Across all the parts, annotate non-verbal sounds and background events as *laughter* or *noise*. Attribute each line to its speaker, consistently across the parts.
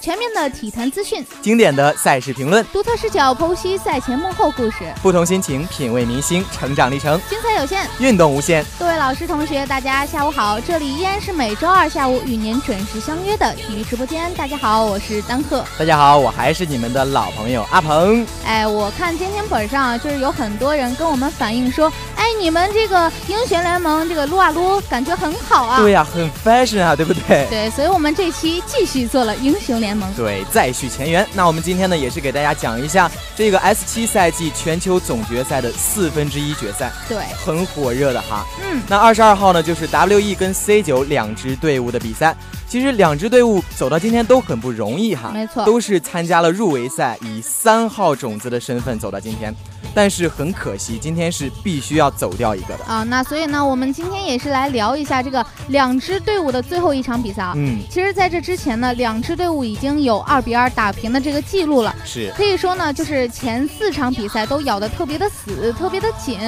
Speaker 1: 全面的体坛资讯，
Speaker 2: 经典的赛事评论，
Speaker 1: 独特视角剖析赛前幕后故事，
Speaker 2: 不同心情品味明星成长历程，
Speaker 1: 精彩有限。
Speaker 2: 运动无限。
Speaker 1: 各位老师、同学，大家下午好，这里依然是每周二下午与您准时相约的体育直播间。大家好，我是丹克。
Speaker 2: 大家好，我还是你们的老朋友阿鹏。
Speaker 1: 哎，我看今天本上啊就是有很多人跟我们反映说，哎，你们这个英雄联盟这个撸啊撸感觉很好啊。
Speaker 2: 对呀、很 fashion 啊，对不对？
Speaker 1: 对，所以我们这期继续做了英雄联盟。
Speaker 2: 对，再续前缘。那我们今天呢，也是给大家讲一下这个 S 七赛季全球总决赛的四分之一决赛，
Speaker 1: 对，
Speaker 2: 很火热的哈。
Speaker 1: 嗯，
Speaker 2: 那二十二号呢，就是 WE 跟 C 九两支队伍的比赛。其实两支队伍走到今天都很不容易哈，
Speaker 1: 没错
Speaker 2: 都是参加了入围赛，以三号种子的身份走到今天。但是很可惜，今天是必须要走掉一个的。
Speaker 1: 啊，那所以呢，我们今天也是来聊一下这个两支队伍的最后一场比赛啊。
Speaker 2: 嗯，
Speaker 1: 其实，在这之前呢，两支队伍已经有二比二打平的这个记录了。
Speaker 2: 是
Speaker 1: 可以说呢，就是前四场比赛都咬得特别的死，特别的紧，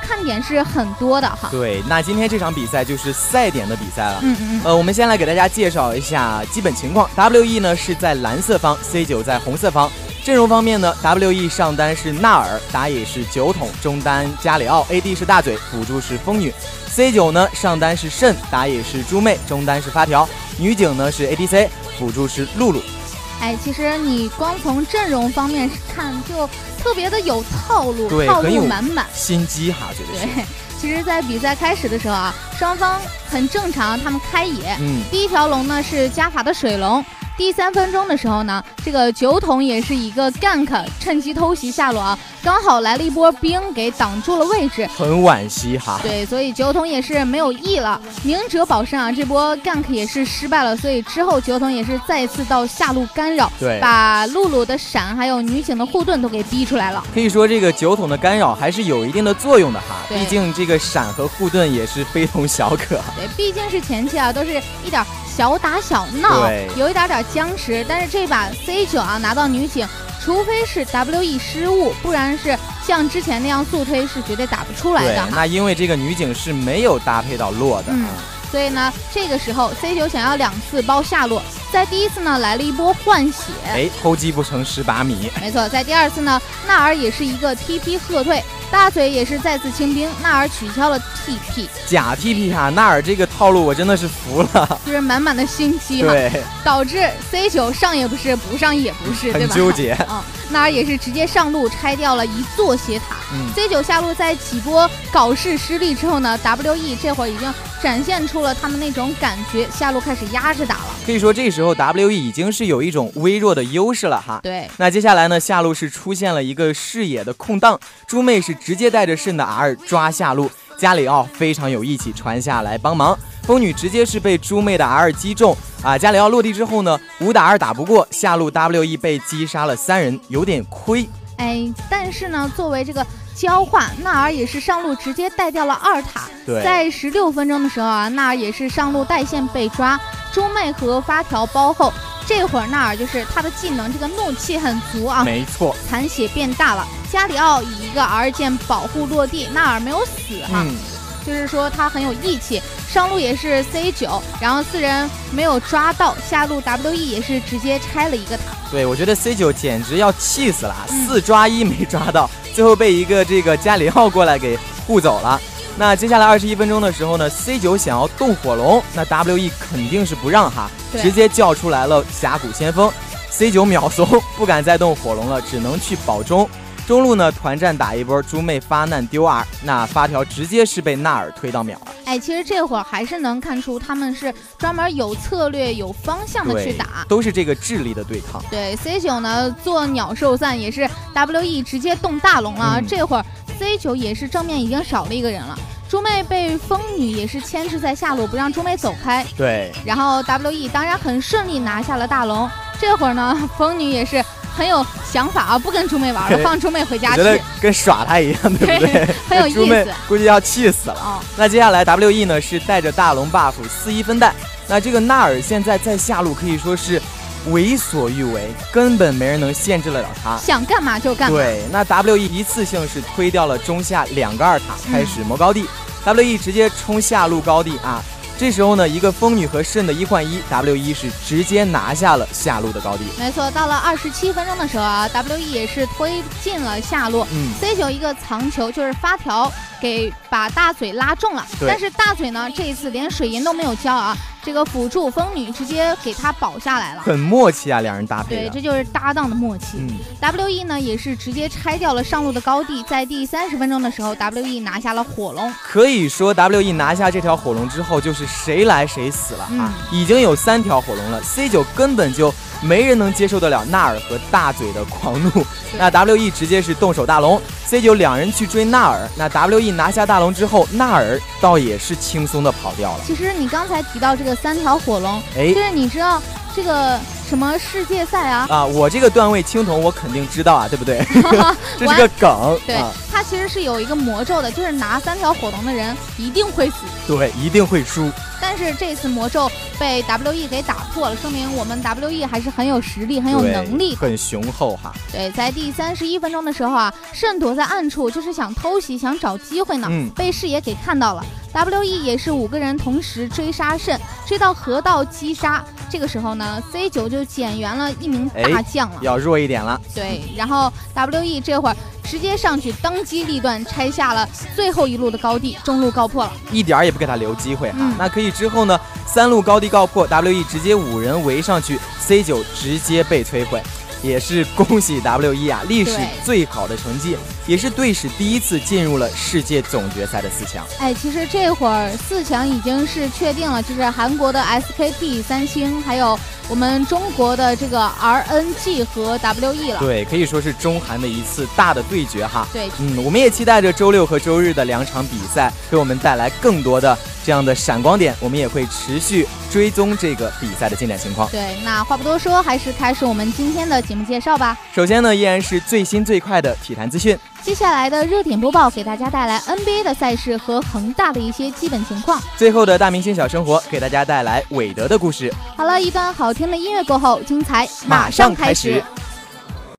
Speaker 1: 看点是很多的哈。
Speaker 2: 对。那今天这场比赛就是赛点的比赛了。
Speaker 1: 嗯嗯嗯，
Speaker 2: 呃，我们先来给大家介绍一下基本情况。WE 呢是在蓝色方，C 九在红色方。阵容方面呢，WE 上单是纳尔，打野是酒桶，中单加里奥，AD 是大嘴，辅助是风女。C 九呢上单是慎，打野是猪妹，中单是发条，女警呢是 ADC，辅助是露露。
Speaker 1: 哎，其实你光从阵容方面看，就特别的有套路，
Speaker 2: 对
Speaker 1: 套
Speaker 2: 很
Speaker 1: 路
Speaker 2: 有
Speaker 1: 满满。
Speaker 2: 心机哈，绝对是。
Speaker 1: 对，其实，在比赛开始的时候啊，双方很正常，他们开野，
Speaker 2: 嗯，
Speaker 1: 第一条龙呢是加法的水龙。第三分钟的时候呢，这个酒桶也是一个 gank，趁机偷袭下路啊，刚好来了一波兵给挡住了位置。
Speaker 2: 很惋惜哈。
Speaker 1: 对，所以酒桶也是没有 E 了，明哲保身啊，这波 gank 也是失败了，所以之后酒桶也是再次到下路干扰，
Speaker 2: 对
Speaker 1: 把露露的闪还有女警的护盾都给逼出来了。
Speaker 2: 可以说这个酒桶的干扰还是有一定的作用的哈，
Speaker 1: 对
Speaker 2: 毕竟这个闪和护盾也是非同小可。
Speaker 1: 对，毕竟是前期啊，都是一点儿小打小闹
Speaker 2: 对，
Speaker 1: 有一点点僵持。但是这把 C 九啊拿到女警，除非是 WE 失误，不然是像之前那样速推是绝对打不出来
Speaker 2: 对
Speaker 1: 的，哈。
Speaker 2: 那因为这个女警是没有搭配到洛的啊，
Speaker 1: 嗯所以呢，这个时候 C 九想要两次包下路，在第一次呢来了一波换血，
Speaker 2: 哎、偷鸡不成蚀把米，
Speaker 1: 没错，在第二次呢，纳尔也是一个 TP 喝退，大嘴也是再次清兵，纳尔取消了 TP，
Speaker 2: 假 TP 哈，纳尔这个套路我真的是服
Speaker 1: *laughs*
Speaker 2: 了，
Speaker 1: 就是满满的心机哈，
Speaker 2: 对，
Speaker 1: 导致 C 九上也不是，不上也不是，对
Speaker 2: 很
Speaker 1: 吧？
Speaker 2: 纠结，
Speaker 1: *laughs* 嗯，纳尔也是直接上路拆掉了一座斜塔。
Speaker 2: 嗯，
Speaker 1: C 九下路在几波搞事失利之后呢，WE 这会儿已经展现出了他们那种感觉，下路开始压着打了。
Speaker 2: 可以说这时候 WE 已经是有一种微弱的优势了哈。
Speaker 1: 对，
Speaker 2: 那接下来呢，下路是出现了一个视野的空档，猪妹是直接带着慎的 R 抓下路，加里奥非常有义气传下来帮忙，风女直接是被猪妹的 R 击中啊，加里奥落地之后呢，五打二打不过，下路 WE 被击杀了三人，有点亏。
Speaker 1: 哎，但是呢，作为这个交换，纳尔也是上路直接带掉了二塔。
Speaker 2: 对
Speaker 1: 在十六分钟的时候啊，纳尔也是上路带线被抓，猪妹和发条包后。这会儿纳尔就是他的技能，这个怒气很足啊，
Speaker 2: 没错，
Speaker 1: 残血变大了。加里奥以一个 R 键保护落地，纳尔没有死哈、
Speaker 2: 嗯，
Speaker 1: 就是说他很有义气。上路也是 C 九，然后四人没有抓到，下路 WE 也是直接拆了一个塔。
Speaker 2: 对，我觉得 C 九简直要气死了啊，
Speaker 1: 嗯
Speaker 2: 四抓一没抓到，最后被一个这个加里奥过来给护走了。那接下来二十一分钟的时候呢，C 九想要动火龙，那 WE 肯定是不让哈，
Speaker 1: 对
Speaker 2: 直接叫出来了峡谷先锋，C 九秒怂，不敢再动火龙了，只能去保中。中路呢，团战打一波，猪妹发难丢 R，那发条直接是被纳尔推到秒了。
Speaker 1: 哎，其实这会儿还是能看出他们是专门有策略、有方向的去
Speaker 2: 对
Speaker 1: 打，。
Speaker 2: 都是这个智力的对抗。
Speaker 1: 对 C 九呢，做鸟兽散也是 WE 直接动大龙啊。
Speaker 2: 嗯
Speaker 1: 这会儿 C 九也是正面已经少了一个人了，猪妹被风女也是牵制在下路，不让猪妹走开。
Speaker 2: 对，
Speaker 1: 然后 WE 当然很顺利拿下了大龙。这会儿呢， *laughs* 风女也是很有想法啊，不跟猪妹玩了，
Speaker 2: 对
Speaker 1: 放猪妹回
Speaker 2: 我
Speaker 1: 家
Speaker 2: 觉得
Speaker 1: 去，
Speaker 2: 跟耍他一样，对不对？
Speaker 1: 很有
Speaker 2: 猪
Speaker 1: 意
Speaker 2: 妹
Speaker 1: 思
Speaker 2: 哎估计要气死了。
Speaker 1: 啊、
Speaker 2: 那接下来 WE 呢是带着大龙 buff 四一分带，那这个纳尔现在在下路可以说是为所欲为，根本没人能限制得了他。
Speaker 1: 想干嘛就干嘛。
Speaker 2: 对，那 WE 一次性是推掉了中下两个二塔，开始磨高地、w e 直接冲下路高地啊。这时候呢，一个风女和肾的一换一，W 一是直接拿下了下路的高地。
Speaker 1: 没错，到了二十七分钟的时候啊，W E 也是推进了下路。
Speaker 2: 嗯，
Speaker 1: C 九一个藏球，就是发条给把大嘴拉中了，
Speaker 2: 对
Speaker 1: 但是大嘴呢这一次连水银都没有交啊，这个辅助风女直接给他保下来了。
Speaker 2: 很默契啊，两人搭配
Speaker 1: 对，
Speaker 2: 的。
Speaker 1: 这就是搭档的默契。
Speaker 2: 嗯，
Speaker 1: W E 呢也是直接拆掉了上路的高地，在第三十分钟的时候，W E 拿下了火龙。
Speaker 2: 可以说 W E 拿下这条火龙之后，就是谁来谁死了
Speaker 1: 嗯
Speaker 2: 啊！已经有三条火龙了，C 九根本就没人能接受得了纳尔和大嘴的狂怒。那 W E 直接是动手大龙，C 九两人去追纳尔。那 W E 拿下大龙之后，纳尔倒也是轻松的跑掉了。
Speaker 1: 其实你刚才提到这个三条火龙，
Speaker 2: 哎
Speaker 1: 就，是你知道这个什么世界赛啊，
Speaker 2: 啊，我这个段位青铜我肯定知道啊，对不
Speaker 1: *laughs*
Speaker 2: 对？这是
Speaker 1: 完
Speaker 2: 个梗，
Speaker 1: 对
Speaker 2: 啊，，
Speaker 1: 它其实是有一个魔咒的，就是拿三条火龙的人一定会死。
Speaker 2: 对，一定会输。
Speaker 1: 但是这次魔咒被 WE 给打破了，说明我们 WE 还是很有实力、很有
Speaker 2: 对
Speaker 1: 能力。啊
Speaker 2: 很雄厚哈。
Speaker 1: 对，在第三十一分钟的时候啊，圣躲在暗处，就是想偷袭，想找机会呢，
Speaker 2: 嗯
Speaker 1: 被视野给看到了。WE 也是五个人同时追杀圣，追到河道击杀。这个时候呢，C 九就减员了一名大
Speaker 2: 哎
Speaker 1: 将了。
Speaker 2: 要弱一点了。
Speaker 1: 对，然后 WE 这会儿直接上去当机立断拆下了最后一路的高地，中路告破了。
Speaker 2: 一点儿也不给他留机会哈。
Speaker 1: 嗯
Speaker 2: 那可以之后呢，三路高地告破，WE 直接五人围上去，C 九直接被摧毁。也是恭喜 WE 啊，历史
Speaker 1: 对
Speaker 2: 最好的成绩，也是队史第一次进入了世界总决赛的四强。
Speaker 1: 哎，其实这会儿四强已经是确定了，就是韩国的 SKT、三星，还有我们中国的这个 RNG 和 WE 了。
Speaker 2: 对，可以说是中韩的一次大的对决哈。
Speaker 1: 对，
Speaker 2: 嗯，我们也期待着周六和周日的两场比赛，给我们带来更多的这样的闪光点。我们也会持续追踪这个比赛的进展情况。
Speaker 1: 对，那话不多说，还是开始我们今天的节目介绍吧。
Speaker 2: 首先呢，依然是最新最快的体坛资讯。
Speaker 1: 接下来的热点播报给大家带来 NBA 的赛事和恒大的一些基本情况。
Speaker 2: 最后的大明星小生活给大家带来韦德的故事，
Speaker 1: 好了，一段好听的音乐过后，精彩马
Speaker 2: 马
Speaker 1: 上
Speaker 2: 上
Speaker 1: 开
Speaker 2: 开
Speaker 1: 始
Speaker 2: 始。。